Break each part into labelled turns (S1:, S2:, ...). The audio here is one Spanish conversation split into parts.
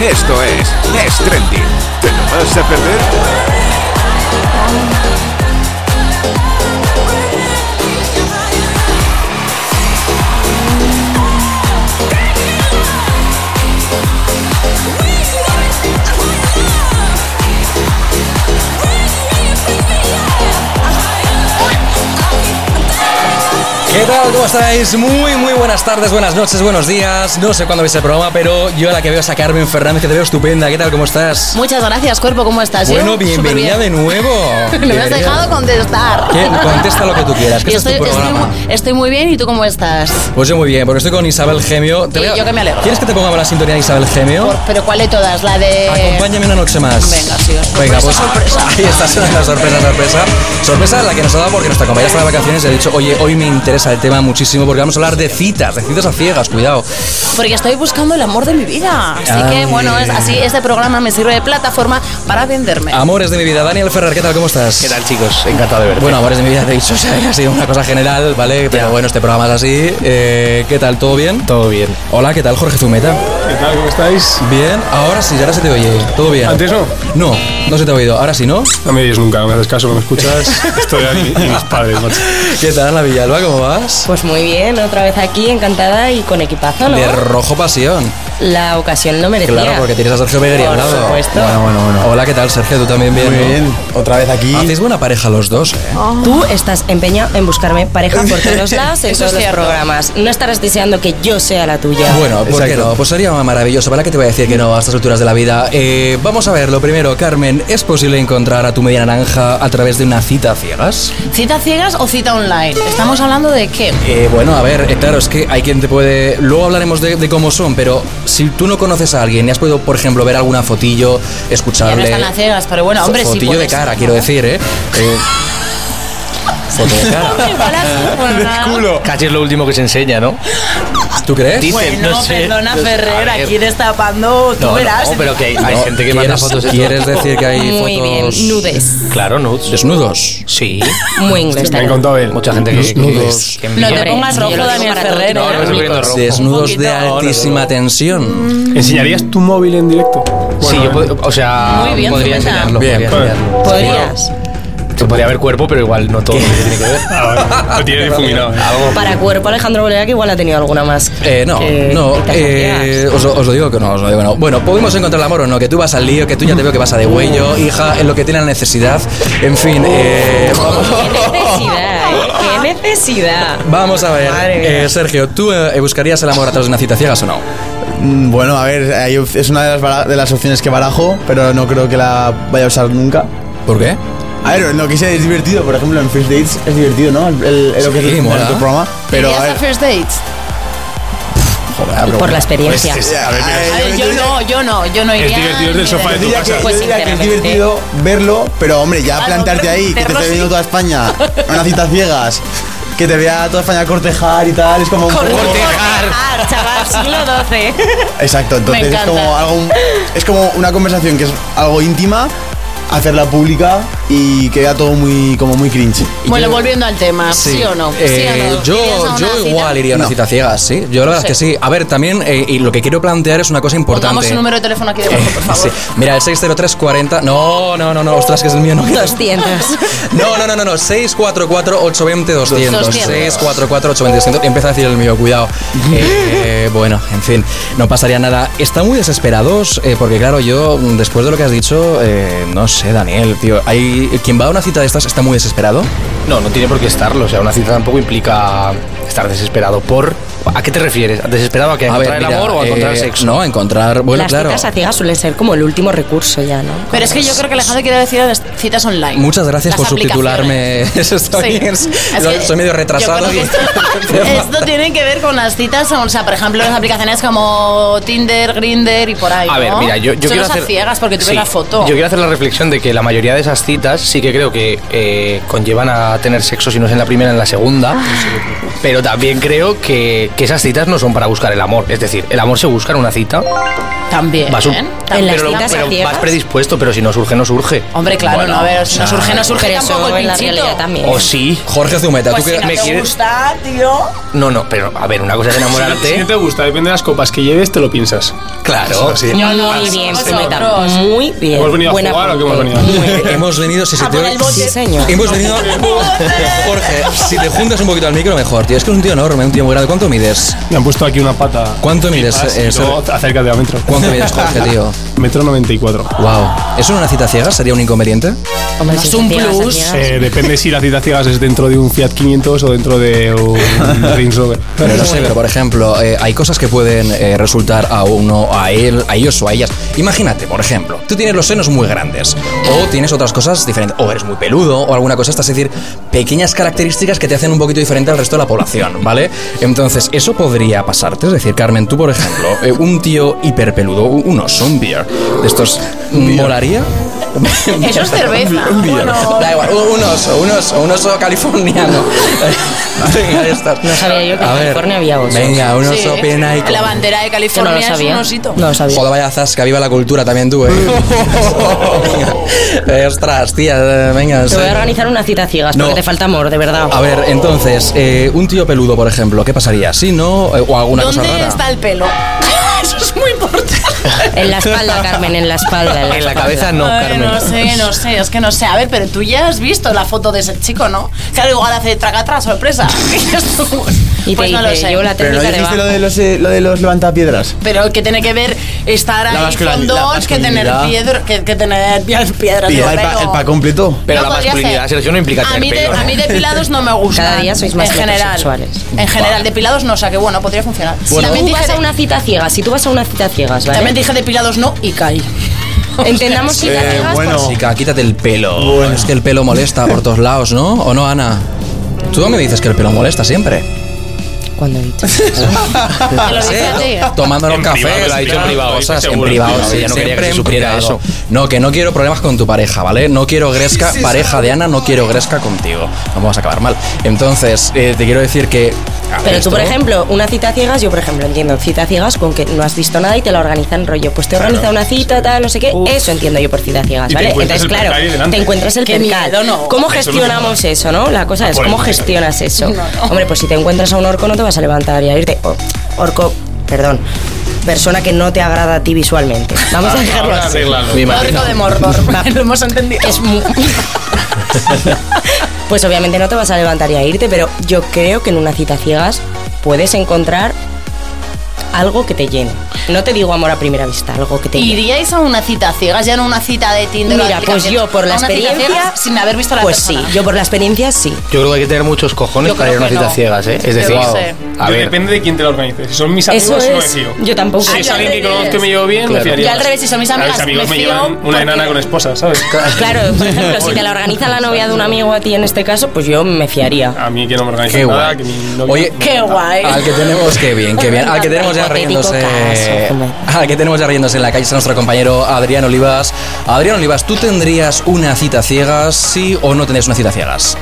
S1: Esto es Es Trending. ¿Te lo vas a perder?
S2: ¿Qué tal? ¿Cómo estáis? Muy, muy buenas tardes, buenas noches, buenos días. No sé cuándo veis el programa, pero yo a la que veo es a Carmen Fernández, que te veo estupenda. ¿Qué tal? ¿Cómo estás?
S3: Muchas gracias, cuerpo, ¿cómo estás? Yo,
S2: Bueno,
S3: súper
S2: bienvenida
S3: bien.
S2: de nuevo.
S3: No me has
S2: Bienvenida.
S3: dejado contestar.
S2: ¿Qué? Contesta lo que tú quieras, que
S3: Yo
S2: este es
S3: estoy,
S2: tu
S3: estoy
S2: programa.
S3: mu- estoy muy bien, ¿y tú cómo estás?
S2: Pues yo muy bien, porque estoy con Isabel Gemio.
S3: Sí, yo que me alegro.
S2: ¿Quieres que te pongamos la sintonía de Isabel Gemio?
S3: Por- pero ¿cuál de todas? La de...
S2: Acompáñame una noche más.
S3: Venga, sí, sorpresa,
S2: Venga, pues-
S3: sorpresa.
S2: Ahí está, será la sorpresa, sorpresa. Sorpresa la que nos ha dado porque nuestra compañera está de vacaciones y ha dicho, oye, hoy me interesa el tema muchísimo porque vamos a hablar de citas, de citas a ciegas, cuidado.
S3: Porque estoy buscando el amor de mi vida. Así
S2: Ay.
S3: que, bueno, es, así este programa me sirve de plataforma para venderme.
S2: Amores de mi vida, Daniel Ferrer, ¿qué tal? ¿Cómo estás?
S4: ¿Qué tal, chicos? Encantado de verte.
S2: Bueno, amores de mi vida, te he dicho, o sea, ha sido una cosa general, ¿vale? Pero bueno, este programa es así. Eh, ¿Qué tal? ¿Todo bien?
S4: todo bien.
S2: Hola, ¿qué tal, Jorge Zumeta?
S5: ¿Qué tal? ¿Cómo estáis?
S2: Bien, ahora sí, ahora se te oye. ¿Todo bien?
S5: ¿Antes no?
S2: No, no se te ha oído. Ahora sí, ¿no?
S5: No me oyes nunca, no me haces caso, no me escuchas. Estoy aquí y mis padres, macho.
S2: ¿Qué tal, la Villalba? ¿Cómo vas?
S6: Pues muy bien, otra vez aquí, encantada y con equipazo, ¿no?
S2: De rojo pasión.
S6: La ocasión lo merecía.
S2: Claro, porque tienes a Sergio Beguería
S6: Por
S2: al lado.
S6: supuesto.
S4: Bueno, bueno, bueno.
S2: Hola, ¿qué tal, Sergio? ¿Tú también bien?
S4: Muy
S2: no?
S4: bien. Otra vez aquí.
S2: Hacéis buena pareja los dos, ¿eh?
S6: Tú estás empeñado en buscarme pareja por todos lados en
S3: Eso es
S6: todos los
S3: cierto.
S6: programas. No estarás deseando que yo sea la tuya.
S2: Bueno, ¿por qué
S4: Exacto.
S2: no? Pues sería maravilloso. ¿Para qué te voy a decir que no a estas alturas de la vida? Eh, vamos a ver, lo primero, Carmen, ¿es posible encontrar a tu media naranja a través de una cita a ciegas?
S3: ¿Cita ciegas o cita online? Estamos hablando de qué.
S2: Eh, bueno, a ver, eh, claro, es que hay quien te puede... Luego hablaremos de, de cómo son, pero si tú no conoces a alguien y has podido, por ejemplo, ver alguna fotillo,
S3: Ya no
S2: escucharle...
S3: están a ciegas, pero bueno, hombre, sí
S2: fotillo de
S3: puedes.
S2: cara, quiero decir, ¿eh? Eh, foto de cara.
S3: Bueno, nada.
S4: Casi es lo último que se enseña, ¿no?
S2: ¿Tú crees?
S4: Dice,
S3: Bueno,
S4: no sé,
S3: perdona,
S4: no sé.
S3: Ferrer,
S4: A ver.
S3: aquí destapando, tú
S4: No,
S3: verás.
S4: no, pero que hay, hay
S2: No,
S4: gente que manda
S2: ¿quieres-
S4: fotos de
S2: ¿Quieres
S4: todo tipo.
S2: decir que hay
S6: Muy
S2: fotos
S6: bien, nudes.
S4: Claro, nudes.
S2: desnudos?
S4: Sí.
S6: Muy inglés.
S5: Me han contado él.
S4: Mucha gente que... que-
S2: Desnudos.
S4: que
S3: No
S4: envía.
S3: te
S6: Hombre,
S3: pongas
S6: yo
S3: rojo,
S6: lo digo
S3: Daniel
S6: para todo tipo
S3: Ferrer. ¿eh?
S4: de No, no, público. no, no, no.
S2: Desnudos de
S3: Un poquito.
S2: altísima
S6: Mm,
S2: tensión.
S5: ¿Enseñarías tu móvil en directo?
S4: Sí,
S5: Bueno,
S4: yo pod- o sea,
S3: Muy bien,
S4: podría
S3: Zumeta.
S4: enseñarlo.
S2: Bien.
S5: Bueno.
S4: podría enseñarlo.
S6: Podrías.
S4: Que podría haber cuerpo, pero igual no todo lo que tiene que ver.
S5: Ah, vale. Lo tiene difuminado. eh.
S6: Para cuerpo, Alejandro Bolea, que igual ha tenido alguna más.
S2: Eh, no,
S6: que-
S2: no,
S6: que te
S2: eh, os, lo- os lo digo que no, os lo digo que no. Bueno, podemos encontrar el amor o no, que tú vas al lío, que tú ya te veo que vas a de huello,
S6: Mm.
S2: hija, en lo que tiene la necesidad. En fin, eh,
S6: hacías. Qué
S2: vamos,
S6: necesidad, eh, qué necesidad.
S2: vamos a ver.
S6: Madre mía.
S2: Eh, Sergio, ¿tú eh, buscarías el amor a través de una cita ciegas o no?
S7: Mm, Bueno, a ver, hay op- es una de las, bara- de las opciones que barajo, pero no creo que la vaya a usar nunca.
S2: ¿Por qué?
S7: A ver, lo que sea es divertido, por ejemplo, en First Dates es divertido, ¿no? El, el- el- lo que
S2: Sí,
S7: es el-
S2: mola.
S7: el programa. Pero, a
S3: ¿Irías
S7: ver,
S3: a first dates?
S7: joder, pero
S6: Por
S7: bueno.
S6: la experiencia.
S7: Pues, a ver,
S3: A ver, yo no, yo no, yo no iría.
S5: divertido, es del
S3: ni
S5: sofá de
S7: Yo
S5: tu
S7: diría
S3: verdad.
S7: que, yo
S3: Pues
S7: diría que es
S3: sinceramente.
S7: divertido verlo, pero hombre, ya
S3: Ah, no,
S7: plantarte ahí, que te
S3: verlo
S7: esté
S3: sí.
S7: viendo toda España, a una cita ciegas, que te vea toda España cortejar y tal, es como un poco-
S6: Ah, chaval, siglo XII.
S7: Exacto, entonces es
S3: encanta.
S7: como algo es como una conversación que es algo íntima, hacerla pública y queda todo muy como muy cringe.
S3: Bueno, volviendo al tema, ¿sí, o no? ¿Sí o
S2: Eh,
S3: no? ¿Irías a
S2: Yo,
S3: una
S2: yo
S3: cita?
S2: igual iría a una
S7: No.
S2: cita ciegas, sí. Yo la verdad es que sí. A ver, también, eh, y lo que quiero plantear es una cosa
S3: Pongamos
S2: importante.
S3: Pues
S2: Eh,
S3: un número de teléfono aquí debajo, por favor.
S2: Sí. Mira, el 60340. No, no, no, no, ostras, que es el mío, no.
S6: 200.
S2: No, no, no, no, no. 644 820 200.
S3: 200.
S2: 644 820 200. Empieza a decir el mío, cuidado. Eh, bueno, en fin, no pasaría nada. Están muy desesperados eh, porque, claro, yo, mm, después de lo que has dicho, eh, no sé, Daniel, tío. Hay, quien va a una cita de estas está muy desesperado.
S4: No, no tiene por qué estarlo. O sea, una cita tampoco implica estar desesperado por. ¿A qué te refieres? ¿A ¿Desesperado a que a
S2: A ver,
S4: encontrar el
S2: mira,
S4: amor o a encontrar
S2: eh,
S4: sexo?
S2: No, a encontrar. Bueno,
S6: Las
S2: claro.
S6: citas a ciegas suelen ser como el último recurso ya, ¿no?
S3: Pero es que yo creo que Alejandro quiere decir las citas online.
S2: Muchas gracias
S3: Las
S2: por subtitularme. Eso está
S3: Sí.
S2: bien.
S3: Es
S2: Lo-
S3: que
S2: Soy medio
S3: yo
S2: retrasado.
S3: creo que esto, esto tiene que ver con las citas, o sea, por ejemplo, las aplicaciones como Tinder, Grinder y por ahí.
S4: A ver,
S3: ¿no?
S4: mira, yo, yo
S3: Son
S4: quiero
S3: las a
S4: hacer.
S3: ciegas porque tú
S4: Sí,
S3: ves la foto.
S4: Yo quiero hacer la reflexión de que la mayoría de esas citas sí que creo que eh, conllevan a tener sexo, si no es en la primera, en la segunda.
S3: Ah.
S4: Pero también creo que, que esas citas no son para buscar el amor. Es decir, el amor se busca en una cita.
S3: También.
S4: Vas un-
S6: En
S3: También.
S6: las
S4: pero,
S6: citas a
S4: pero
S6: ciegas.
S4: vas predispuesto, pero si no surge, no surge.
S3: Hombre, claro,
S4: Bueno,
S3: no, a ver, si no
S4: o sea,
S3: surge, no surge
S6: Pero
S3: tampoco
S6: eso
S3: el
S6: en la
S3: pinchito.
S6: realidad también.
S4: O sí.
S2: Jorge Zumeta,
S3: Pues
S2: tú
S3: si
S2: que.
S3: no
S4: me
S3: te
S4: quieres-
S3: gusta, tío.
S4: No, no, pero a ver, una cosa es
S5: Si no
S4: enamorarte.
S5: te gusta, depende de las copas que lleves, te lo piensas.
S4: Claro.
S5: Sí.
S6: No, muy bien,
S3: Vosotros.
S6: Zumeta. Muy bien.
S5: ¿Hemos venido a
S6: Buena
S5: jugar o qué hemos
S6: apunte.
S5: venido?
S6: Muy bien.
S2: Hemos venido, si se
S6: A
S2: te
S6: por el bote. Sí, señor.
S2: Hemos venido. Jorge, si te juntas un poquito al micro, mejor, tío. Es que es un tío enorme, un tío muy grande. ¿Cuánto mides?
S5: Me han puesto aquí una pata.
S2: ¿Cuánto mides?
S5: Flipas,
S2: eh,
S5: y luego acerca de la metro.
S2: ¿Cuánto mides, Jorge, tío?
S5: Metro 94.
S2: Wow. ¿Eso en una cita ciega sería un inconveniente?
S6: Hombre,
S3: No
S6: si
S3: es un
S6: ciegas a
S3: plus.
S6: ciegas.
S5: Eh, depende si la cita ciegas es dentro de un Fiat 500 o dentro de un Range Rover.
S2: Pero no sé, pero por ejemplo, eh, hay cosas que pueden eh, resultar a uno, a él, a ellos o a ellas. Imagínate, por ejemplo, tú tienes los senos muy grandes, o tienes otras cosas diferentes, o eres muy peludo, o alguna cosa, estás es decir, pequeñas características que te hacen un poquito diferente al resto de la población, ¿vale? Entonces, eso podría pasarte. Es decir, Carmen, tú, por ejemplo, eh, un tío hiperpeludo, un un oso, un beer, de estos, ¿molaría?
S3: Eso es cerveza.
S2: Un beer.
S3: Bueno.
S2: Da igual, un un oso, un oso, un oso californiano. Venga, ahí estás.
S6: No sabía yo que en
S2: A ver,
S6: California había osos.
S2: Venga, un
S3: Sí.
S2: oso pena y
S3: La bandera de
S6: Yo no
S3: California
S6: lo sabía.
S3: es un osito.
S6: No lo sabía.
S2: Joder, vaya zasca, viva la cultura también tú, eh. Venga. Eh, Ostras, tía, eh, venga. en
S6: Te voy a
S2: serio.
S6: organizar una cita a ciegas
S2: No.
S6: porque te falta amor, de verdad.
S2: A ver, entonces, eh, un tío peludo, por ejemplo, ¿qué pasaría? ¿Sí, no? Eh, ¿O alguna cosa
S3: ¿Dónde
S2: rara?
S3: está el pelo? Eso es muy importante.
S6: En la espalda, Carmen, en la espalda.
S4: En la cabeza no,
S3: Ay,
S4: Carmen.
S3: no sé, no sé, es que no sé. A ver, pero tú ya has visto la foto de ese chico, ¿no? Claro, igual hace traga atrás, sorpresa.
S6: Y te
S3: pues no lo
S6: dice,
S3: sé.
S6: yo la
S7: Pero no
S6: técnica de
S7: dijiste
S6: bajo.
S7: lo de los, eh, lo de los levantapiedras.
S3: Pero que tiene que ver estar
S7: La
S3: ahí
S7: masculini-
S3: con
S7: la
S3: dos que tener
S7: masculinidad.
S3: piedra, que, que tener pi- piedras
S7: Y
S3: de
S7: ya el pa-
S3: pelo.
S7: el pa completo.
S4: Pero
S3: No
S4: la
S3: podría
S4: masculinidad,
S3: ser.
S4: Sergio, no implica
S3: a
S4: tener
S3: mí, de-
S4: pelo,
S3: a
S4: ¿no?
S3: mí depilados no me gustan.
S6: Cada día sois más
S3: en general,
S6: heterosexuales.
S3: En general, depilados no, o sea que bueno, podría funcionar. también,
S6: tú
S3: dije,
S6: vas a una cita ciegas, si tú vas a una cita ciegas, ¿vale?
S3: también dije depilados no y caí.
S6: Entendamos cita
S7: Eh,
S6: ciegas.
S7: bueno.
S2: Chica, quítate el pelo. Es que el pelo molesta por todos lados, ¿no? ¿O no, Ana? Tú me dices que el pelo molesta siempre.
S6: Cuando he dicho.
S3: Te lo dije a ti, ¿eh?
S2: Tomándonos
S4: En
S2: café,
S4: privado, lo ha dicho en privado,
S2: cosas en
S4: seguro.
S2: privado.
S4: Ella no
S2: sí,
S4: quería que
S2: siempre
S4: se
S2: en
S4: supiera
S2: privado.
S4: eso.
S2: No, que no quiero problemas con tu pareja, ¿vale? No quiero gresca, pareja de Ana, no quiero gresca contigo. No vamos a acabar mal. Entonces, eh, te quiero decir que. a ver,
S6: Pero
S2: esto-
S6: tú, por ejemplo, una cita a ciegas, yo, por ejemplo, entiendo cita a ciegas con que no has visto nada y te la organizan rollo. Pues te organiza una cita, tal, no sé qué. Eso entiendo yo por cita a ciegas,
S5: Y te
S6: ¿vale? Entonces,
S5: encuentras el
S6: claro,
S5: percal ahí delante.
S6: te encuentras el
S3: Qué
S6: percal.
S3: miedo, no.
S6: ¿Cómo
S5: Eso no se
S6: gestionamos eso, no? La cosa es,
S5: Ah, Por el
S6: ¿cómo
S5: percal.
S6: gestionas eso? Hombre, pues si te encuentras a un orco, no te vas a levantar y a irte. Oh, orco, perdón. Persona que no te agrada a ti visualmente. Vamos a dejarlo
S5: Ahora
S6: así.
S5: arréglalo.
S2: Mi madre.
S3: Orco de Mordor, lo hemos entendido.
S6: Es mu- pues obviamente no te vas a levantar y a irte, pero yo creo que en una cita ciegas puedes encontrar algo que te llene. No te digo amor a primera vista, algo que te llene.
S3: ¿Iríais a una cita ciegas? Ya no una cita de Tinder. o de
S6: Mira, pues
S3: aplicación.
S6: yo por la
S3: A una cita
S6: experiencia
S3: ciegas sin haber visto a la
S6: Pues
S3: persona.
S6: sí, yo por la experiencia sí.
S4: Yo creo que hay que tener muchos cojones
S3: Yo
S4: para ir a
S3: creo
S4: una
S3: que
S4: cita
S3: no.
S4: ciegas, ¿eh? Es decir,
S3: Yo no sé.
S4: a
S5: Yo
S4: ver.
S5: depende de quién te la organice. Si son mis amigos,
S6: Eso
S5: no me
S6: es.
S5: fío.
S6: Yo tampoco.
S5: Si
S3: Ah,
S5: es
S3: yo al
S5: alguien que
S3: revés.
S5: conozco y me llevo bien,
S4: Claro.
S5: me fiaría.
S3: Yo al revés, si son mis
S5: A
S3: amigas,
S5: Mis amigos
S3: me
S5: me
S3: fío
S5: llevan
S3: porque-
S5: una enana con esposa, ¿sabes?
S6: Claro, por ejemplo, si te la organiza la novia de un amigo a ti en este caso, pues yo me fiaría.
S5: A mí que no me organiza
S2: Qué
S5: nada,
S2: guay.
S5: que mi novia-
S2: Oye,
S3: Qué guay.
S2: Al que tenemos, qué bien, qué bien. Al que tenemos ya
S6: Hipotético
S2: riéndose.
S6: caso, hombre.
S2: Al que tenemos ya riéndose en la calle es nuestro compañero Adrián Olivas. Adrián Olivas, ¿tú tendrías una cita ciegas, sí o no tendrías una cita ciegas?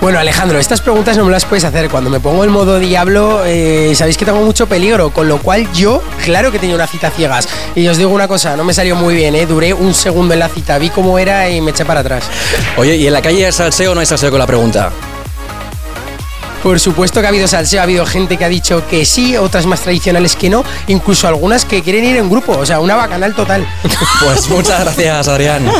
S8: Bueno, Alejandro, estas preguntas no me las puedes hacer. Cuando me pongo en modo diablo, eh, sabéis que tengo mucho peligro, con lo cual yo, claro que tenía una cita a ciegas. Y os digo una cosa, no me salió muy bien, ¿eh? Duré un segundo en la cita, vi cómo era y me eché para atrás.
S2: Oye, ¿y en la calle es salseo o no hay salseo con la pregunta?
S8: Por supuesto que ha habido salseo, ha habido gente que ha dicho que sí, otras más tradicionales que no, incluso algunas que quieren ir en grupo, o sea, una bacanal total.
S2: Pues muchas gracias, Adrián.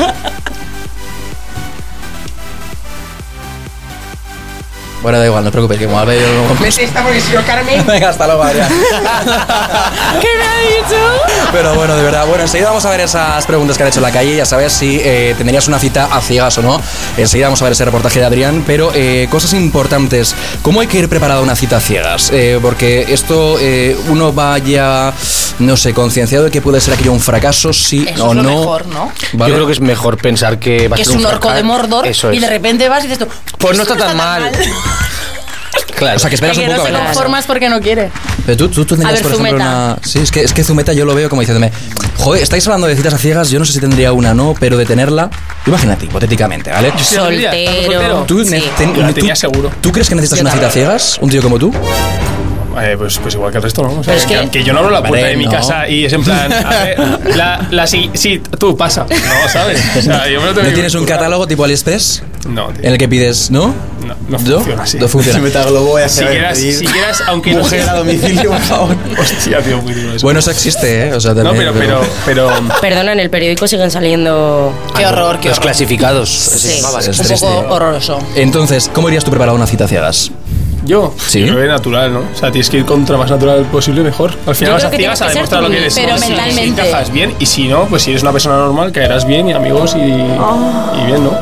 S2: Bueno, da igual, no te preocupes, que igual veo.
S8: Mete esta porque si no, Carmen.
S2: Venga, hasta luego, Adrián.
S8: ¿Qué me ha dicho?
S2: Pero bueno, de verdad. Bueno, enseguida vamos a ver esas preguntas que han hecho en la calle. Ya sabes si eh, tendrías una cita a ciegas o no. Enseguida vamos a ver ese reportaje de Adrián. Pero eh, cosas importantes. ¿Cómo hay que ir preparado a una cita a ciegas? Eh, porque esto eh, uno vaya, no sé, concienciado de que puede ser aquello un fracaso, sí
S3: Eso
S2: o
S3: es lo
S2: no.
S3: mejor, ¿no?
S4: Yo creo que es mejor pensar que va
S3: Que
S4: a
S3: es
S4: ser
S3: un orco
S4: fracaso.
S3: de Mordor
S4: Eso
S3: y de
S4: es.
S3: repente vas y dices tú.
S4: Pues no está tan mal.
S2: Claro. O sea, que esperas
S3: que
S2: un
S3: no
S2: poco
S3: se
S2: a ver.
S3: conformas porque no quiere.
S4: Ah,
S2: Pero tú, tú tendrías,
S3: A ver,
S2: por ejemplo,
S3: Zumeta.
S2: una. Sí, es que, es que Zumeta yo lo veo como diciéndome, joder, estáis hablando de citas a ciegas, yo no sé si tendría una o no, pero de tenerla, imagínate, hipotéticamente, ¿vale?
S6: Soltero.
S2: ¿Tú, ne- ten-
S5: Yo la
S2: tú-
S5: tenía seguro.
S2: ¿Tú crees que necesitas
S5: Yo
S2: una cita a
S5: también.
S2: ciegas? ¿Un tío como tú?
S5: Eh, pues, pues igual que el resto, ¿no? O sea,
S2: Pero es
S5: que,
S2: que-
S5: que yo no abro la puerta
S2: Hombre,
S5: de mi
S2: no.
S5: casa y es en plan, a ver, la, la sí, sí, tú pasa, ¿no? ¿Sabes? O sea, yo me lo tengo
S2: ¿No
S5: que
S2: tienes un
S5: currar.
S2: catálogo tipo AliExpress?
S5: No,
S2: En el que pides, ¿no?
S5: No, no
S2: ¿Yo?
S5: funciona así.
S2: No funciona.
S7: Si me te lo voy a
S5: Si
S7: hacer
S5: quieras,
S7: pedir
S5: si quieras, aunque no
S7: mujer
S5: sea-
S7: a domicilio, por favor.
S5: Hostia, tío, muy duro eso.
S2: Bueno, eso existe, ¿eh? O sea,
S5: No,
S2: también,
S5: pero, pero, pero...
S6: Perdona, en el periódico siguen saliendo.
S3: Qué horror, qué
S4: Los
S3: horror.
S4: clasificados.
S6: Sí,
S2: es
S3: un
S2: triste.
S3: poco horroroso.
S2: Entonces, ¿cómo irías tú preparado a una cita a ciegas?
S5: Yo,
S2: Sí.
S5: yo creo que natural, ¿no? O sea, tienes que ir contra más natural posible, mejor. Al
S3: Yo
S5: final vas
S3: creo
S5: a
S3: que
S5: ciegas a
S3: tienes que
S5: demostrar
S3: ser
S5: lo
S3: tú,
S5: que eres.
S3: pero
S5: Si-
S3: mentalmente.
S5: Si encajas bien, y si no, pues si eres una persona normal, caerás bien, y amigos, y,
S3: Oh.
S5: y bien, ¿no?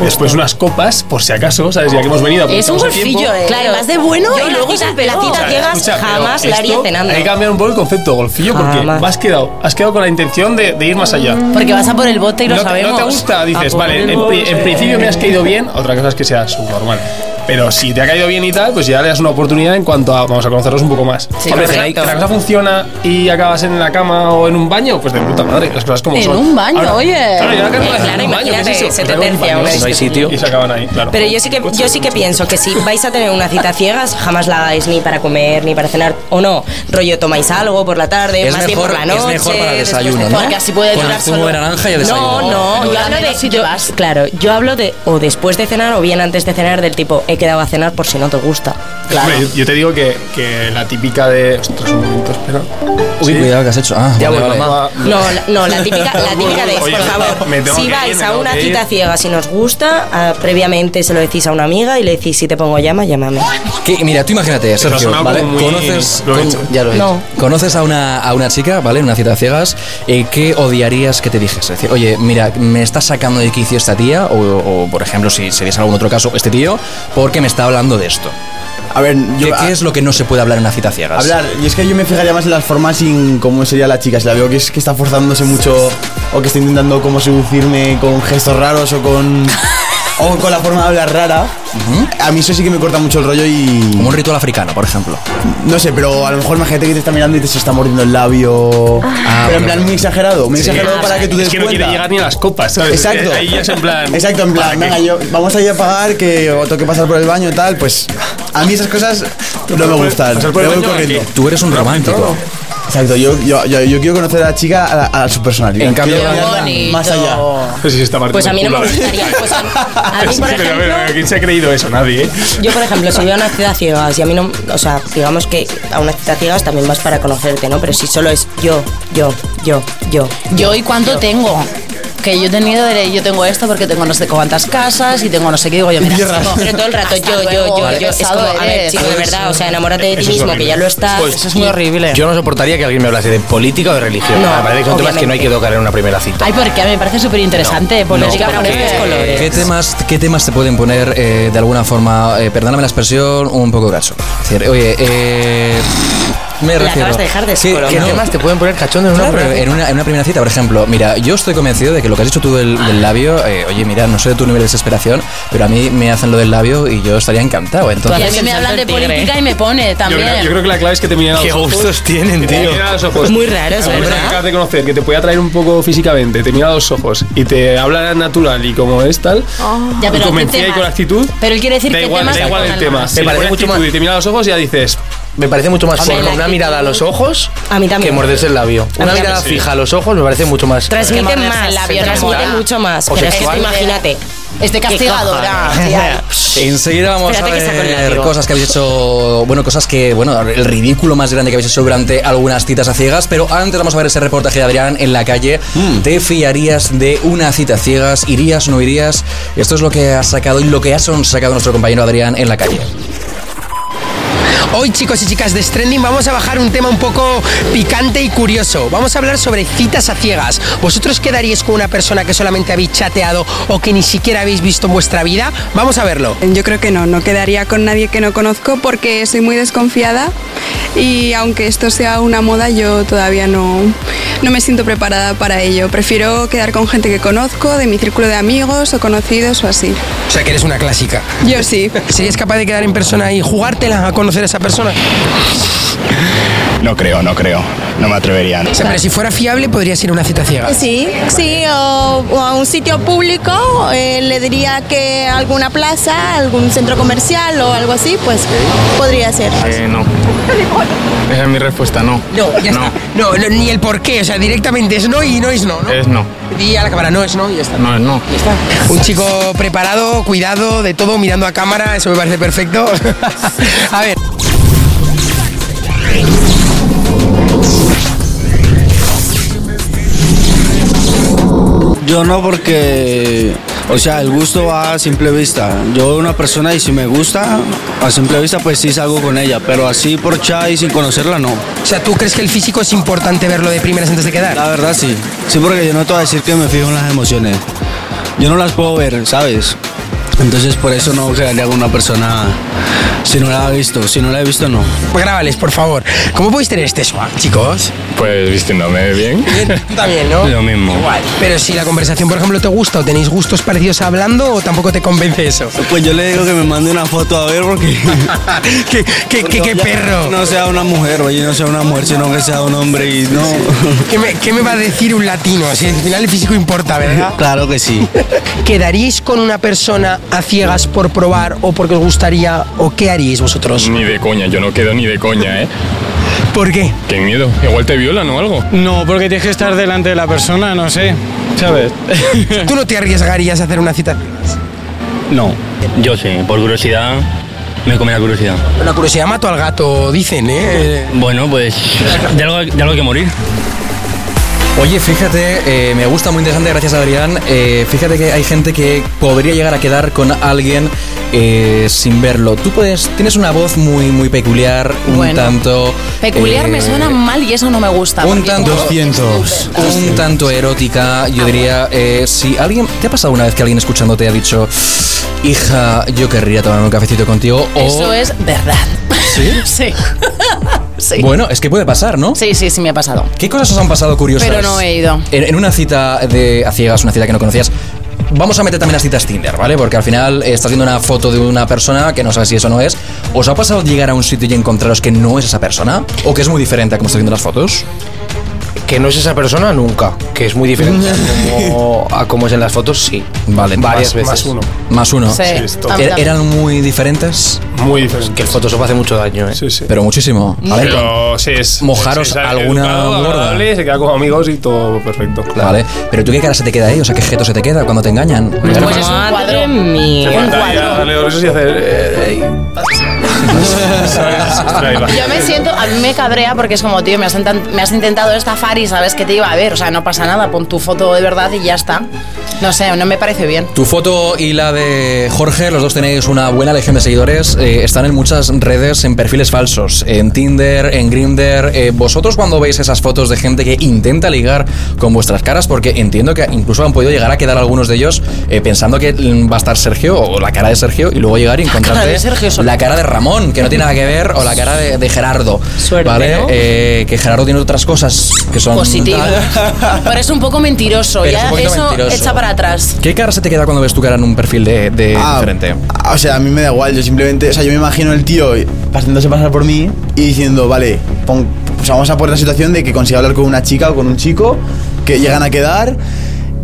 S5: Después unas copas, por si acaso, ¿sabes? Ya que hemos venido.
S3: Es un
S5: aprovechamos el tiempo.
S3: golfillo, eh.
S6: Claro, vas de bueno y luego se La
S5: O
S6: cita
S5: sea,
S6: ciegas
S5: escucha, pero
S6: jamás la haría
S5: esto
S6: cenando.
S5: Hay que cambiar un poco el concepto, golfillo, porque
S6: Jamás.
S5: has quedado, has quedado con la intención de, de ir más allá.
S3: Porque vas a por el bote y lo
S5: no, te,
S3: sabemos.
S5: no te gusta, dices,
S3: A por
S5: vale, en,
S3: el
S5: pri-
S3: bote.
S5: en principio me has caído bien, otra cosa es que sea subnormal. Pero si te ha caído bien y tal, pues ya le das una oportunidad en cuanto a vamos a conocernos un poco más.
S3: Sí,
S5: Hombre,
S3: correcto.
S5: si la cosa funciona y acabas en la cama o en un baño, pues de puta madre, las cosas como
S3: En
S5: son.
S3: un baño, oye. Pues
S5: Claro, yo la
S6: Eh,
S5: acabo de-
S6: claro,
S5: un baño, ¿qué es
S6: imagínate,
S5: eso?
S6: se te
S5: Acabo en
S6: tercia
S5: paños,
S6: una
S5: no hay sitio. Y se acaban ahí, claro.
S6: Pero yo sí que yo sí que pienso que si vais a tener una cita a ciegas, jamás la hagáis ni para comer ni para cenar o no. Rollo tomáis algo por la tarde,
S2: Es
S6: más bien
S2: mejor-
S6: por la
S2: es
S6: noche.
S2: mejor para
S6: después
S2: desayuno,
S6: de-
S2: ¿no?
S3: Porque así puedes
S2: Con el
S3: durar
S2: zumo
S3: solo.
S2: de naranja y el
S6: No,
S2: desayuno.
S6: no, yo
S3: Al
S6: hablo de
S3: menos si te
S6: yo-
S3: vas.
S6: claro, yo hablo de o después de cenar o bien antes de cenar del tipo he quedado a cenar por si no te gusta. Claro.
S5: Hombre, yo- yo te digo que, que la típica de. Ostras, un momento, espera.
S2: Uy,
S5: Sí.
S2: cuidado que has hecho. Ah,
S5: Ya
S2: vale,
S5: vuelvo,
S2: vale.
S5: mamá.
S6: No, la, no, la típica, la típica de,
S5: Oye,
S6: por favor,
S5: me tengo
S6: si
S5: que ir,
S6: vais
S5: me
S6: a
S5: tengo
S6: una
S5: que ir.
S6: cita ciega, si nos gusta, ah, previamente se lo decís a una amiga y le decís, si te pongo llama, llámame.
S2: Que- mira, tú imagínate, Sergio,
S5: sonaba
S2: ¿vale?
S5: como muy-
S2: Conoces,
S5: lo he
S2: con-
S5: hecho.
S2: ya lo he
S6: No.
S2: hecho. Conoces a una, a una chica, ¿vale? En una cita a ciegas, eh, ¿qué odiarías que te dijese? Decir, oye, mira, me está sacando de quicio esta tía, o, o, por ejemplo, si serías algún otro caso, este tío, porque me está hablando de esto.
S7: A ver, yo.
S2: ¿Qué, qué es lo que no se puede hablar en una cita a ciegas?
S7: Hablar, y es que yo me fijaría más en las formas y en cómo sería la chica. Si la veo que es que está forzándose mucho o que está intentando como seducirme con gestos raros o con. o con la forma de hablar rara, a mí eso sí que me corta mucho el rollo
S2: Como
S7: y.
S2: un ritual africano, por ejemplo.
S7: No sé, pero a lo mejor imagínate que te está mirando y te se está mordiendo el labio. pero en
S2: bueno,
S7: plan muy exagerado, muy
S2: Sí.
S7: exagerado para que tú te
S5: Ah, Es
S7: des
S5: que no quiere
S7: cuenta.
S5: llegar ni a las copas, ¿sabes?
S7: Exacto.
S5: Ahí ya es en plan.
S7: Exacto, en plan,
S5: ¿para qué?
S7: venga, yo, vamos a ir a pagar que o tengo que pasar por el baño y tal, pues a mí esas cosas no me gustan,
S5: pasar
S7: me
S5: por el
S7: voy
S5: baño,
S7: corriendo.
S5: ¿a
S2: Tú eres un romántico.
S7: Exacto, yo, yo, yo, yo quiero conocer a la chica a, la- a su personalidad.
S2: En cambio-
S7: Quiero
S2: Qué
S7: mirarla
S3: bonito.
S7: más allá.
S5: Pues sí, se está partiendo
S6: Pues a mí no
S5: el
S6: me
S5: culo, ¿eh?
S6: gustaría. Pues a, a mí, por
S5: Pero, a ver, a ver,
S6: ejemplo,
S5: ¿Quién se ha creído eso? Nadie, ¿eh?
S6: yo, por ejemplo, si voy a una cita ciegas y a mí no. O sea, digamos que a una cita ciegas también vas para conocerte, ¿no? Pero si solo es yo, yo, yo, yo.
S3: Yo y cuánto tengo. Que yo he tenido, de, yo tengo esto porque tengo no sé cuántas casas y tengo no sé qué. Digo yo, mira,
S7: Tierras.
S3: no,
S6: Pero todo el rato yo, yo, yo, yo. Es como, a ver, chico, de verdad, o sea, enamórate de ti
S5: Eso es
S6: mismo, que
S5: horrible. Pues
S6: ya lo estás.
S3: Eso Pues es muy horrible.
S4: Pues Yo no soportaría que alguien me hablase de política o de religión.
S6: No,
S4: Me parece que son temas
S6: obviamente.
S4: que no hay que tocar en una primera cita.
S3: Ay, porque a mí me parece súper interesante. política por estos colores.
S2: ¿Qué temas, ¿Qué temas te pueden poner eh, de alguna forma, eh, perdóname la expresión, un poco gacho? Es decir, oye, eh, me
S6: La
S2: refiero.
S6: acabas de dejar descolocada.
S2: no,
S4: temas te pueden poner cachondo en una
S2: Claro,
S4: primera
S2: en una, en una primera cita, por ejemplo, mira, yo estoy convencido de que lo que has dicho tú del, del labio, eh, oye, mira, no sé de tu nivel de desesperación, pero a mí me hacen lo del labio y yo estaría encantado.
S3: Y a
S2: Entonces,
S3: mí me hablan de
S6: el tigre.
S3: política y me pone
S5: Yo
S3: también.
S5: creo, yo creo que la clave es que te miren a los
S4: Qué
S5: ojos.
S4: gustos tienen,
S5: que te
S4: tío.
S5: miren a los ojos.
S6: Muy raro, eso,
S5: La persona
S6: ¿verdad?
S5: que acabas de conocer, que te puede atraer un poco físicamente, te mira a los ojos y te habla natural y como es tal,
S6: Oh.
S3: Ya, pero
S5: y con
S3: ¿qué
S5: mentira y
S3: temas?
S5: con actitud,
S3: Pero él quiere decir
S5: da
S3: que
S5: igual,
S3: temas
S5: da igual
S3: te
S5: el
S3: ponen
S5: tema.
S3: más.
S5: Si le
S4: parece
S5: pones
S4: mucho
S5: actitud
S4: más-
S5: y te mira a los ojos ya dices,
S4: Me parece mucho más
S6: Hombre,
S4: porno
S6: la
S4: una
S6: actitud-
S4: mirada a los ojos
S6: A mí también.
S4: que morderse el labio. Una
S6: también,
S4: mirada
S6: sí.
S4: fija a los ojos me parece mucho más.
S6: Transmite
S3: morderse
S6: más,
S3: el labio,
S6: transmite
S3: enamorada.
S6: mucho más.
S4: O
S6: Pero es que
S4: sexual.
S6: tú imagínate.
S3: Es de castigadora.
S2: enseguida vamos
S6: Espérate que
S2: a
S6: saco el
S2: ver
S6: látigo.
S2: cosas que habéis hecho, bueno, cosas que, bueno, el ridículo más grande que habéis hecho durante algunas citas a ciegas, pero antes vamos a ver ese reportaje de Adrián en la calle.
S8: Mm.
S2: ¿Te fiarías de una cita a ciegas? ¿Irías o no irías? Esto es lo que ha sacado y lo que ha sacado nuestro compañero Adrián en la calle.
S8: Hoy, chicos y chicas de Stranding, vamos a bajar un tema un poco picante y curioso. Vamos a hablar sobre citas a ciegas. ¿Vosotros quedaríais con una persona que solamente habéis chateado o que ni siquiera habéis visto en vuestra vida? Vamos a verlo.
S9: Yo creo que no, no quedaría con nadie que no conozco porque soy muy desconfiada y aunque esto sea una moda, yo todavía no, no me siento preparada para ello. Prefiero quedar con gente que conozco, de mi círculo de amigos o conocidos o así.
S8: O sea, que eres una clásica.
S9: Yo sí.
S8: ¿Serías capaz de quedar en persona y jugártela a conocer a esa persona?
S10: No creo, no creo. No me atrevería.
S8: O sea, pero si fuera fiable, podrías ir a una cita ciega.
S11: Sí, sí, o, o a un sitio público, eh, le diría que alguna plaza, algún centro comercial o algo así, pues podría ser.
S10: Eh, no. Esa es mi respuesta, no.
S8: No, ya está. No, no, ni el por qué. O sea, directamente es no y no es no, ¿no?
S10: Es no.
S8: Y a la cámara, no es no y ya está.
S10: No es no.
S8: Ya está. Un chico preparado, cuidado, de todo, mirando a cámara, eso me parece perfecto. a ver.
S12: Yo no porque, o sea, el gusto va a simple vista. Yo una persona y si me gusta, a simple vista pues sí salgo con ella, pero así por chat y sin conocerla no.
S8: O sea, ¿tú crees que el físico es importante verlo de primeras antes de quedar?
S12: La verdad sí. Sí porque yo no te voy a decir que me fijo en las emociones. Yo no las puedo ver, ¿sabes? Entonces por eso no quedaría con una persona si no la ha visto. Si no la he visto, no.
S8: Pues grábales, por favor. ¿Cómo podéis tener este swag, chicos?
S10: Pues vistiéndome bien.
S8: Tú también, ¿no?
S10: Lo mismo.
S8: Igual. Pero si la conversación, por ejemplo, te gusta o tenéis gustos parecidos hablando o tampoco te convence eso.
S12: Pues yo le digo que me mande una foto a ver porque...
S8: ¿Qué, qué,
S12: porque
S8: qué
S12: ya
S8: perro?
S12: No sea una mujer, oye, no sea una mujer, sino que sea un hombre y no...
S8: ¿Qué me, qué me va a decir un latino? Si al final el físico importa, ¿verdad?
S12: Claro que sí.
S8: ¿Quedaríais con una persona a ciegas por probar o porque os gustaría o qué haríais vosotros?
S10: Ni de coña, yo no quedo ni de coña, ¿eh?
S13: Mm.
S8: ¿Por qué?
S10: Qué miedo. Igual te violan o algo.
S14: No, porque tienes que estar delante de la persona, no sé. ¿Sabes?
S13: Mm.
S8: ¿Tú no te arriesgarías a hacer una cita?
S13: No. Yo sí, por curiosidad. Me come la curiosidad.
S8: La curiosidad mató al gato, dicen, ¿eh?
S13: Bueno, pues de algo, de algo hay que morir.
S2: Oye, fíjate, eh, me gusta muy interesante, gracias Adrián. Eh, fíjate que hay gente que podría llegar a quedar con alguien eh, sin verlo. Tú puedes, tienes una voz muy, muy peculiar, un
S3: Bueno.
S2: tanto.
S3: Peculiar me
S2: eh,
S3: suena mal y eso no me gusta.
S2: Un
S3: porque
S2: tanto.
S3: como-
S2: 200. Un tanto erótica,
S3: Ah,
S2: yo diría. eh, si alguien. ¿Te ha pasado una vez que alguien escuchándote ha dicho, hija, yo querría tomar un cafecito contigo? O.
S3: Eso es verdad.
S2: ¿Sí?
S3: Sí. sí.
S2: Bueno, es que puede pasar, ¿no?
S3: Sí, sí, sí, me ha pasado.
S2: ¿Qué cosas os han pasado curiosas?
S3: Pero no he ido.
S2: En, en una cita de a ciegas, una cita que no conocías. Vamos a meter también las citas Tinder, ¿vale? Porque al final eh, estás viendo una foto de una persona que no sabes si eso no es. ¿Os ha pasado llegar a un sitio y encontraros que no es esa persona? ¿O que es muy diferente a como estás viendo las fotos?
S4: Que no es esa persona nunca, que es muy diferente a como- a como es en las fotos, sí.
S2: Vale,
S4: Varias
S2: más-
S4: veces.
S2: más uno. Más uno. Sí, Sí, es todo. Er- eran muy diferentes.
S5: Muy diferentes.
S4: que el Photoshop hace mucho daño, ¿eh? Sí,
S5: sí.
S2: Pero muchísimo. A ver,
S5: Pero sí es.
S2: mojaros
S5: sí es
S2: alguna
S5: educado,
S2: gorda.
S5: agradable, Se queda con amigos y todo perfecto.
S2: Vale, pero tú qué cara se te queda ahí, o sea, qué jeto se te queda cuando te engañan.
S3: Pues es un cuadro.
S5: Te faltaría darle dos besos y hacer. eh, ey.
S3: Yo me siento, a mí me cabrea porque es como, tío, me has, intent- me has intentado estafar y sabes que te iba a ver. O sea, no pasa nada, pon tu foto de verdad y ya está. No sé, no me parece bien.
S2: Tu foto y la de Jorge, los dos tenéis una buena legión de seguidores. eh, están en muchas redes, en perfiles falsos, en Tinder, en Grindr. eh, vosotros cuando veis esas fotos de gente que intenta ligar con vuestras caras, porque entiendo que incluso han podido llegar a quedar algunos de ellos eh, pensando que mm, va a estar Sergio o la cara de Sergio y luego llegar y encontrarte
S3: cara de Sergio solo.
S2: la cara de Ramón, que no tiene nada que ver, o la cara de, de Gerardo.
S3: Suerte,
S2: ¿vale?
S3: ¿no?
S2: Eh, que Gerardo tiene otras cosas que son
S3: Positivo. Pero es un poco mentiroso,
S2: Pero es
S3: ya
S2: un poquito
S3: eso
S2: mentiroso.
S3: echa para atrás.
S2: ¿Qué cara se te queda cuando ves tu cara en un perfil de, de
S7: Ah,
S2: diferente?
S7: O sea, a mí me da igual, yo simplemente, o sea, yo me imagino el tío haciéndose pasar por mí y diciendo, vale, pon- o sea, vamos a poner la situación de que consiga hablar con una chica o con un chico, que llegan a quedar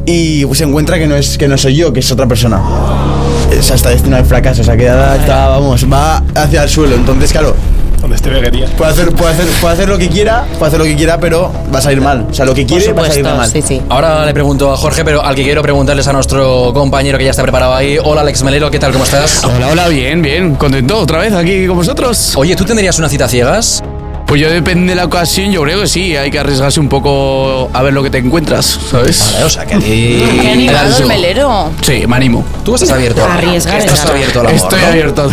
S7: y pues, se encuentra que no, es, que no soy yo, que es otra persona. O sea, está destinado al fracaso, o sea, queda, está, vamos, va hacia el suelo, entonces, claro.
S5: Donde esté veguería.
S7: Puede hacer, puede, hacer, puede hacer lo que quiera, puede hacer lo que quiera, pero va a salir mal. O sea, lo que quiere va a salir mal.
S2: Ahora le pregunto a Jorge, pero al que quiero preguntarles a nuestro compañero que ya está preparado ahí. Hola, Alex Melero, ¿qué tal? ¿Cómo estás?
S14: Hola, hola, bien, bien. Contento otra vez aquí con vosotros.
S2: Oye, ¿tú tendrías una cita a ciegas?
S15: Pues yo depende de la ocasión, yo creo que sí, hay que arriesgarse un poco a ver lo que te encuentras, ¿sabes?
S2: Vale, o sea, que a
S15: ti...
S3: Qué animado el velero.
S15: Sí, me animo.
S2: Eh, Tú estás abierto al amor.
S3: Arriesgar es
S2: Estás
S3: ganar.
S2: abierto al amor.
S15: Estoy
S2: ¿no?
S15: abierto.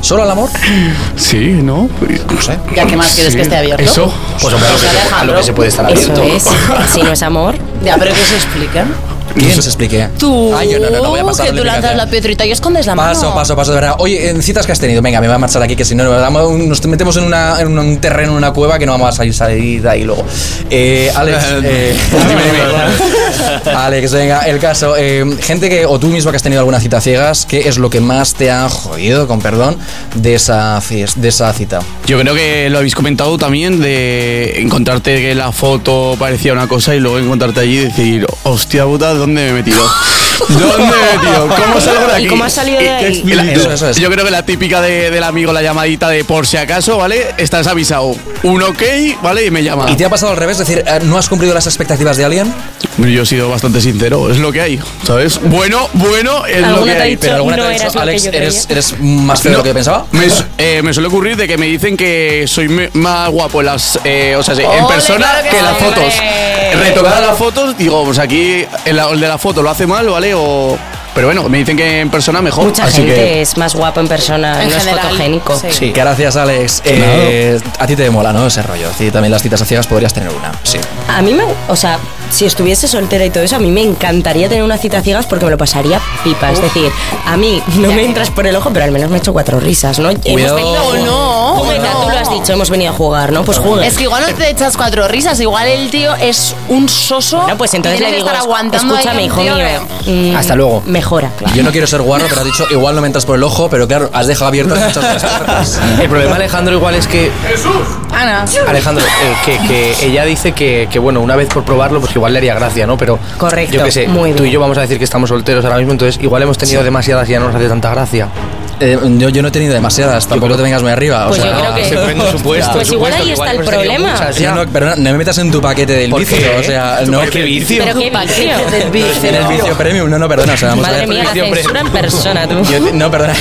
S2: ¿Solo al amor?
S15: Sí, ¿no?
S2: No sé.
S3: ¿Y a qué más quieres que esté abierto?
S15: Eso.
S4: Pues hombre, a lo que se- a lo que se puede estar
S6: Eso
S4: abierto.
S6: es. Si no es amor.
S3: Ya, pero ¿qué se explica?
S2: ¿Quién se explique?
S3: Tú,
S2: Ay, yo no, no, no voy a pasar
S3: que
S2: la
S3: tú lanzas
S2: explicación.
S3: la piedrita y escondes la
S2: Paso,
S3: mano.
S2: paso, paso, de verdad. Oye, en citas que has tenido, venga, me voy a marchar aquí, que si no nos, damos un- nos metemos en, una- en un terreno, en una cueva que no vamos a salir, salir de ahí luego. Eh, Alex, eh, Alex, venga, el caso. eh, gente que, o tú mismo que has tenido alguna cita ciegas, ¿qué es lo que más te ha jodido, con perdón, de esa, fies- de esa cita?
S15: Yo creo que lo habéis comentado también de encontrarte que la foto parecía una cosa y luego encontrarte allí y decir, hostia puta, ¿dónde me he metido? ¿Dónde me he metido? ¿Cómo salgo de
S6: ¿Y
S15: aquí?
S6: cómo has salido de
S15: Y-
S6: ahí?
S15: y la-
S6: Eso, eso es.
S15: Yo creo que la típica de- del amigo, la llamadita de por si acaso, ¿vale? Estás avisado. Un ok, ¿vale? Y me llama.
S2: ¿Y te ha pasado al revés? Es decir, eh, ¿no has cumplido las expectativas de alguien?
S15: Yo he sido bastante sincero, es lo que hay, ¿sabes? Bueno, bueno, es lo
S2: ¿Alguna
S15: que
S2: te ha
S15: hay.
S2: dicho, Pero alguna te ha "No dicho, eras lo que Alex, yo creía"? eres- eres más feo de lo que pensaba?
S15: Me, su- eh, me suele ocurrir de que me dicen que soy me- más guapo en las, eh, o sea, sí, en
S3: Ole,
S15: persona
S3: claro que
S15: que, en las
S3: sí,
S15: fotos.
S3: hombre.
S15: Retocadas las fotos, digo, pues aquí el, el de la foto lo hace mal, ¿vale? O, pero bueno, me dicen que en persona mejor.
S6: Mucha
S15: así
S6: gente
S15: que
S6: es más guapo en persona,
S3: En
S6: no
S3: general,
S6: es fotogénico.
S3: sí.
S2: Sí, gracias, Alex. Eh, A ti te mola, ¿no? Ese rollo. Sí, también las citas a ciegas podrías tener una. Sí.
S6: A mí me, o sea, si estuviese soltera y todo eso, a mí me encantaría tener una cita a ciegas porque me lo pasaría pipa. Es decir, a mí no me entras por el ojo, pero al menos me he hecho cuatro risas, ¿no? Hemos
S2: Cuidado.
S6: venido-
S3: No, no.
S6: Venga, tú lo has dicho, hemos venido a jugar, ¿no? Pues juega.
S3: Es que igual no te echas cuatro risas, igual el tío es un soso. Bueno,
S6: pues entonces le digo,
S3: estar aguantando
S6: escúchame,
S3: ahí
S6: hijo
S3: un tío eh.
S6: mío.
S3: que-
S6: mm,
S2: Hasta luego.
S6: Mejora, claro.
S2: Yo no quiero ser guarro, pero has dicho, igual no me entras por el ojo, pero claro, has dejado abiertas muchas de las puertas.
S4: El problema, Alejandro, igual es que
S3: Ana.
S4: Alejandro, eh, que, que ella dice que, que, bueno, una vez por probarlo, pues igual le haría gracia, ¿no? Pero
S6: Correcto,
S4: yo qué sé,
S6: muy
S4: tú y
S6: bien.
S4: yo vamos a decir que estamos solteros ahora mismo, entonces igual hemos tenido
S2: Sí.
S4: demasiadas y ya no nos hace tanta gracia.
S2: Eh, yo, yo no he tenido demasiadas, tampoco te vengas muy arriba.
S4: Pues
S2: o
S4: yo
S2: sea,
S4: creo que- Depende,
S2: Hostia.
S4: supuesto, Pues igual supuesto, ahí igual está el hemos tenido problema. muchas ya.
S2: No, no, pero no, no me metas en tu paquete del
S4: ¿Por
S2: vicio,
S4: qué?
S2: o sea,
S4: ¿Tu
S2: no.
S4: paquete de vicio?
S6: Pero qué vicio. Del vicio.
S2: En el vicio premium, no, no, perdona, o sea, vamos a
S6: Madre
S2: ver.
S6: mía, la censura en persona, tú.
S2: Yo te- no, perdona,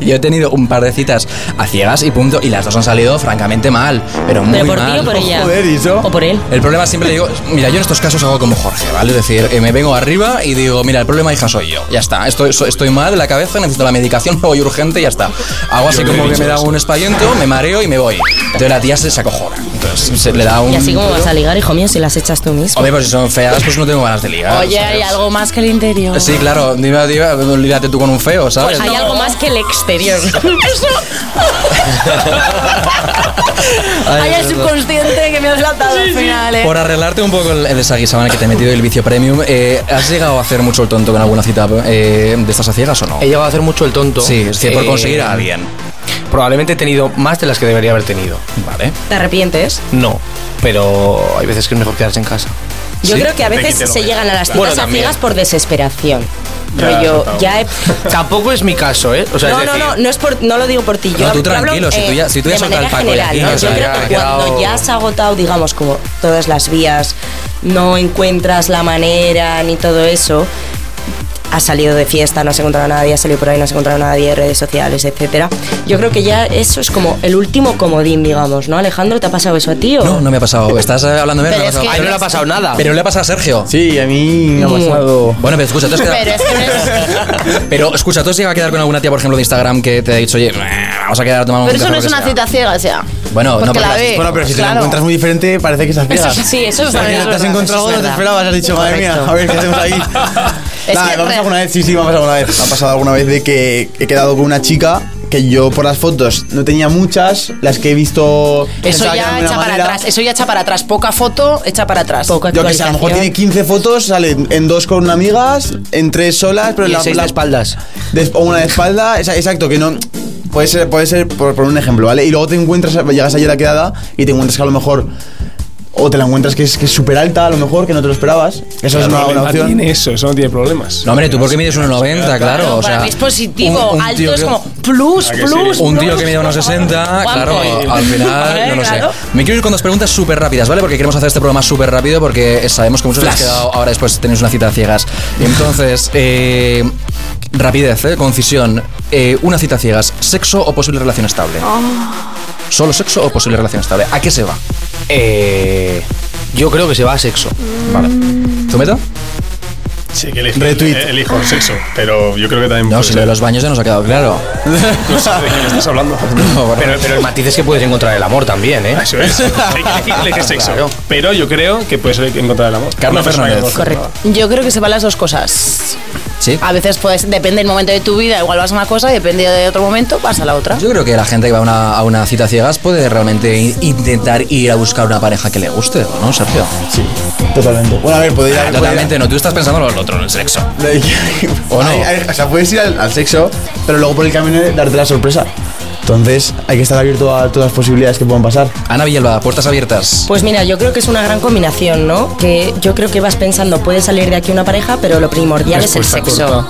S2: yo he tenido un par de citas a ciegas y punto, y las dos han salido francamente mal, pero muy
S6: Pero por
S2: mal.
S6: ti o por ella. O por él.
S2: El problema siempre le digo, mira, yo en estos casos hago como Jorge, ¿vale? Es decir, eh, me vengo arriba y digo, mira, el problema, hija, soy yo. Ya está, estoy, so- estoy mal de la cabeza, necesito la medicación, voy urgente, ya está. Hago así
S4: Yo le he
S2: como que
S4: dicho
S2: me da
S4: eso.
S2: un espaliento, me mareo y me voy. Entonces la tía se sacojona. Entonces se le da un.
S6: Y así como vas a ligar, hijo mío, si las echas tú mismo.
S2: Hombre, pues si son feas, pues no tengo ganas de ligar.
S3: Oye, hay algo más que el interior.
S2: Sí, claro, dime, dime, olvídate tú con un feo, ¿sabes?
S6: Pues hay algo más que el exterior.
S3: Eso. Hay el subconsciente que me has latado al final, eh.
S2: Por arreglarte un poco el, el desaguisado en el que te he metido y el vicio premium, eh, ¿has llegado a hacer mucho el tonto con alguna cita eh, de estas a ciegas o no?
S4: He llegado a hacer mucho el tonto. Eh,
S2: Sí, es decir, por conseguir a alguien.
S4: Probablemente he tenido más de las que debería haber tenido.
S2: Vale.
S6: ¿Te arrepientes?
S4: No, pero hay veces que es mejor quedarse en casa.
S6: Yo creo que a veces se llegan a las citas
S4: Bueno,
S6: a
S4: también.
S6: ciegas por desesperación.
S4: Ya,
S6: Rollo,
S4: eso
S6: ya he-
S4: Tampoco es mi caso, ¿eh? O sea,
S6: no,
S4: es
S6: no,
S4: decir,
S6: no, no es por, no lo digo por ti. Yo
S2: No, tú
S6: hablo, eh,
S2: tranquilo, si tú ya- si tú ya
S6: de
S2: has soltado
S6: manera
S2: el paco
S6: general,
S2: ya aquí,
S6: ¿no?
S2: o
S6: Yo
S2: sea,
S6: creo
S2: ya
S6: que
S2: ha quedado-
S6: cuando ya has agotado, digamos, como todas las vías, no encuentras la manera ni todo eso, has salido de fiesta, no has encontrado a nadie, has salido por ahí, no has encontrado a nadie, redes sociales, etcétera. Yo creo que ya eso es como el último comodín, digamos, ¿no? Alejandro, ¿te ha pasado eso a ti o
S2: No, no me ha pasado. Estás eh, hablando de mí,
S6: Pero
S2: me ha
S6: es
S2: pasado.
S6: que- Ay, no le ha pasado nada.
S2: Pero le ha pasado a Sergio.
S7: Sí, a mí me ha pasado.
S2: Bueno, pero escucha, tú has quedado-
S3: Pero es que
S2: pero escucha, tú has llegado a quedar con alguna tía, por ejemplo, de Instagram que te ha dicho, oye, vamos a quedar a tomar un
S3: Pero
S2: café
S3: eso
S2: o
S3: no
S2: lo
S3: es
S2: que
S3: una
S2: sea"?
S3: cita ciega, o sea.
S2: Bueno, no,
S3: Porque
S2: pero
S3: la
S2: las-
S3: ve.
S7: Bueno, pero si te
S3: Claro.
S7: la encuentras muy diferente, parece que estás
S3: Eso
S7: ciega.
S3: sí, sí, eso es
S7: Porque
S3: también es
S7: Te has
S3: verdad,
S7: encontrado algo
S3: eso es
S7: que no te
S3: verdad.
S7: esperabas, has dicho, madre mía,
S3: Correcto.
S7: a ver qué hacemos aquí.
S3: Es
S7: Nada,
S3: que
S7: me ha pasado
S3: re-
S7: alguna vez, sí, sí, me ha pasado alguna vez. Me ha pasado alguna vez de que he quedado con una chica que yo por las fotos no tenía muchas, las que he visto.
S3: Eso
S7: pensaba que
S3: ya
S7: eran de una
S3: echa para
S7: manera.
S3: atrás, eso ya echa para atrás. Poca foto, echa para atrás. Poca
S7: Yo que sé, a lo mejor tiene 15 fotos, sale en dos con amigas, en tres solas, pero
S4: Y en
S7: la,
S4: seis de
S7: la-
S4: espaldas.
S7: de- o una de espalda, esa- exacto, que no. Puede ser, puede ser por, por un ejemplo, ¿vale? Y luego te encuentras, llegas ayer a la quedada y te encuentras que a lo mejor. O te la encuentras que es que es súper alta, a lo mejor, que no te lo esperabas. Eso es una,
S5: Problema
S7: buena opción.
S5: tiene eso, eso no tiene problemas.
S2: No, hombre, tú porque mides 1,90, claro. O
S3: Para
S2: sea,
S3: mí es positivo.
S2: un- un
S3: Alto
S2: tío
S3: es
S2: que-
S3: como plus,
S2: ¿A que
S3: plus.
S2: sí? Un tío
S3: plus.
S2: que mide unos 60, claro,
S3: Guapo.
S2: al final, no lo sé.
S3: Claro.
S2: Me quiero ir con dos preguntas súper rápidas, ¿vale? Porque queremos hacer este programa súper rápido porque sabemos que muchos os
S4: Flash.
S2: habéis quedado ahora después tenéis una cita a ciegas. Entonces, eh, rapidez, eh, concisión. Eh, una cita a ciegas, sexo o posible relación estable. O ¿Solo sexo o posible relación estable? ¿A qué se va?
S4: Eh, yo creo que se va a sexo.
S2: Mm. Vale. ¿Tu meta?
S5: Sí, que elijo,
S2: Retweet.
S5: eh, elijo el sexo, pero yo creo que también...
S2: No, si lo de los baños ya nos ha quedado claro.
S5: No sé de qué me estás hablando.
S4: Pero, pero el matiz es que puedes encontrar el amor también, ¿eh?
S5: Eso es. Hay que elegir, elegir sexo. Pero yo creo que puedes encontrar el amor.
S4: Carmen
S5: Una persona que
S4: Fernández.
S5: no-
S3: Correcto. Yo creo que se van las dos cosas.
S2: Sí.
S3: A veces pues depende del momento de tu vida, igual vas a una cosa y depende de otro momento vas a la otra.
S2: Yo creo que la gente que va a una, a una cita ciegas puede realmente i- intentar ir a buscar una pareja que le guste, ¿o ¿no, Sergio? Sí,
S7: totalmente. Bueno, a ver, podría ir a-
S2: Totalmente, no, tú estás pensando en lo otro, en el sexo.
S7: ¿O no? o sea, puedes ir al, al sexo, pero luego por el camino darte la sorpresa. Entonces, hay que estar abierto a todas las posibilidades que puedan pasar.
S2: Ana Villalba, puertas abiertas.
S6: Pues mira, yo creo que es una gran combinación, ¿no? Que yo creo que vas pensando, puede salir de aquí una pareja, pero lo primordial es el
S2: Respuesta
S6: sexo.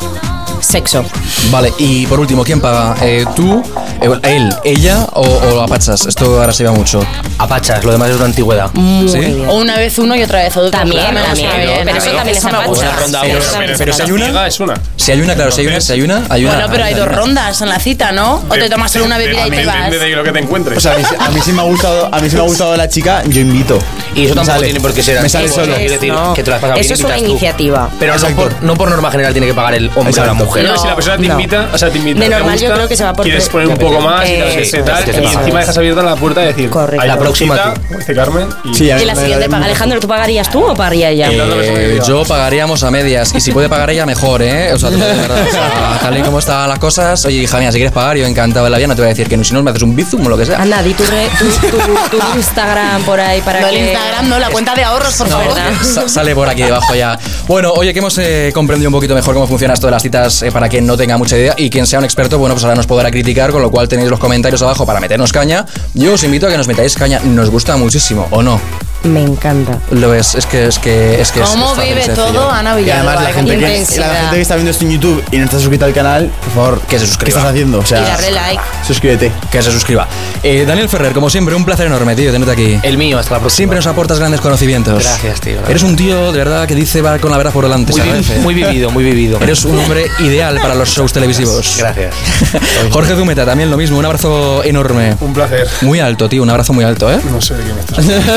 S6: Sexo.
S2: Vale, y por último, ¿quién paga? Eh, ¿Tú, eh, él, ella o, o Apachas? Esto ahora se va mucho.
S4: Apachas, lo demás es una antigüedad.
S6: Mm.
S3: O una vez uno y otra vez otro. También,
S4: también,
S3: pero eso también es
S2: Una
S3: apacha.
S2: ronda
S3: Pero-
S2: uno.
S3: pero-
S2: Pero si hay una,
S5: es una.
S2: Si hay una, claro, si hay una, si hay una, hay una.
S3: Bueno, pero hay dos rondas en la cita, ¿no? O te tomas solo una bebida y te vas.
S5: de lo que te encuentres.
S7: O sea, a mí, a mí sí me ha gustado, a mí sí me ha gustado la chica, yo invito.
S4: Y eso
S7: Me
S4: tampoco
S7: sale.
S4: tiene por qué ser
S7: Me sale
S4: antiguo,
S7: solo.
S4: quiero decir, que te lo has pasado bien, invitas tú.
S6: iniciativa.
S4: Pero no por, no por norma general tiene que pagar el hombre o la
S5: Exacto.
S4: mujer.
S5: No, si la persona te invita, o sea, te invita,
S6: De
S5: te
S6: normal
S5: gusta,
S6: yo creo que se va por
S5: quieres
S6: pre-
S5: poner un poco más y,
S6: Eh,
S5: tal, que se tal,
S6: sí,
S5: y
S6: sí,
S5: encima
S6: sí.
S5: dejas abierta la puerta a decir,
S6: Correcto.
S5: hay
S6: La próxima
S5: cita, como dice este Carmen, y,
S6: y la siguiente paga. Alejandro, ¿tú pagarías tú o pagaría ella?
S2: Eh, yo pagaríamos a medias y si puede pagar ella mejor, ¿eh? O sea, te lo digo de verdad, o sea, tal y como están las cosas, oye hija mía, si quieres pagar yo encantado de la vida, no te voy a decir que no, si no me haces un bizum o lo que sea.
S6: Anda, di tu, re- tu- tu- tu Instagram por ahí para
S3: No, el
S6: que...
S3: Instagram, no, la cuenta de ahorros, por favor.
S2: Sa- sale por aquí debajo ya. Bueno, oye, que hemos eh, comprendido un poquito mejor cómo funciona esto de las citas eh, para quien no tenga mucha idea y quien sea un experto, bueno, pues ahora nos podrá criticar, con lo cual tenéis los comentarios abajo para meternos caña. Yo os invito a que nos metáis caña, nos gusta muchísimo, ¿o no?
S6: Me encanta.
S2: Lo es, es que es que es que es-
S3: ¿Cómo
S2: es fácil,
S3: vive
S2: sencillo.
S3: todo Ana
S7: Y
S3: Villalba?
S7: además la
S3: Qué
S7: gente, que,
S3: intensidad.
S7: la gente que está viendo esto en YouTube y no está suscrita al canal, por favor,
S2: que se suscriba.
S7: ¿Qué estás haciendo? O sea,
S3: Y darle like.
S7: suscríbete.
S2: Que se suscriba. Eh, Daniel Ferrer, como siempre, un placer enorme, tío, tenerte aquí.
S4: El mío, hasta la próxima.
S2: Siempre nos aportas grandes conocimientos.
S4: Eh, Gracias, tío.
S2: Eres un tío, de verdad, que dice va con la verdad por delante.
S4: Muy
S2: se
S4: vi-
S2: agradece.
S4: muy vivido, muy vivido.
S2: Eres un hombre ideal para los shows televisivos.
S4: Gracias.
S2: Jorge Zumeta, también lo mismo, un abrazo enorme.
S5: Un placer.
S2: Muy alto, tío, un abrazo muy alto, ¿eh?
S5: No sé de qué me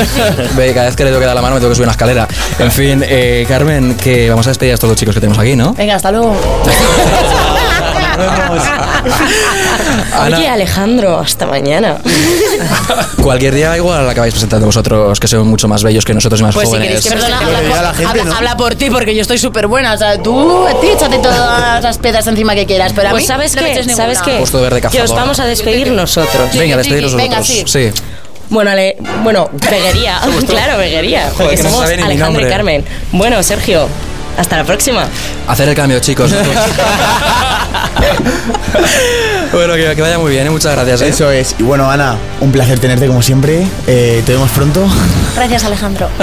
S5: estás
S2: Ve, Cada vez que le tengo que dar la mano me tengo que subir una escalera. En fin, eh, Carmen, que vamos a despedir a estos dos chicos que tenemos aquí, ¿no?
S3: Venga, hasta luego.
S6: Oye,
S2: Ana,
S6: Alejandro, hasta mañana.
S2: cualquier día igual acabáis presentando vosotros, que son mucho más bellos que nosotros y más
S3: Pues si
S2: jóvenes.
S3: queréis que perdona, habla, por- habla- habla por ti, porque yo estoy súper buena. O sea, tú, a ti, échate todas las piedras encima que quieras. Pero a
S6: Pues
S3: mí
S6: ¿sabes
S3: no me
S6: qué?
S3: eches ninguna.
S6: ¿Sabes qué?
S2: Puesto verde
S6: Que os
S2: cazador.
S6: vamos a despedir nosotros.
S2: Venga, despediros
S6: Venga,
S2: vosotros.
S6: sí.
S2: sí.
S6: Bueno, Ale, bueno, veguería. claro, veguería. Porque
S2: que no
S6: somos
S2: sabe ni mi
S6: Alejandro y
S2: nombre.
S6: Carmen. Bueno, Sergio, hasta la próxima.
S2: Hacer el cambio, chicos. bueno, que, que vaya muy bien, ¿eh? muchas gracias. ¿eh?
S7: Eso es. Y bueno, Ana, un placer tenerte como siempre. Eh, te vemos pronto.
S3: Gracias, Alejandro.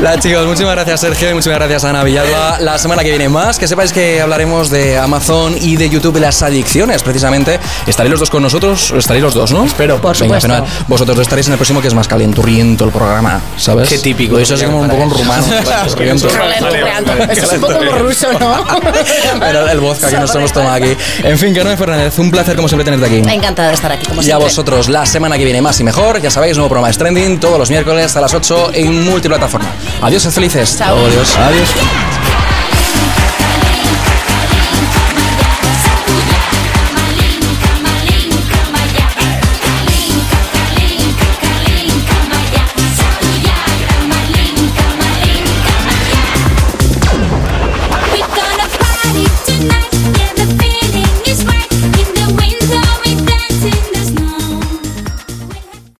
S2: La, chicos, muchísimas gracias Sergio y muchísimas gracias Ana Villalba. La semana que viene más, que sepáis que hablaremos de Amazon y de YouTube y las adicciones, precisamente. ¿Estaréis los dos con nosotros? ¿Estaréis los dos, no? Espero. Por
S6: supuesto.
S2: vosotros estaréis en el próximo que es más calenturriento el programa, ¿sabes?
S4: Qué típico.
S2: Lo dices como un poco en rumano. Calenturiento.
S3: Eso es un poco como ruso, ¿no?
S2: Pero el vodka que nos hemos tomado aquí. En fin, Carmen Fernández, un placer como siempre tenerte aquí.
S3: Encantada de estar aquí, como
S2: Y a
S3: siempre.
S2: vosotros la semana que viene más y mejor. Ya sabéis, nuevo programa Es Trending todos los miércoles a las 8 en multiplataforma. Adiós, sed felices.
S3: Chao.
S2: Adiós. Adiós.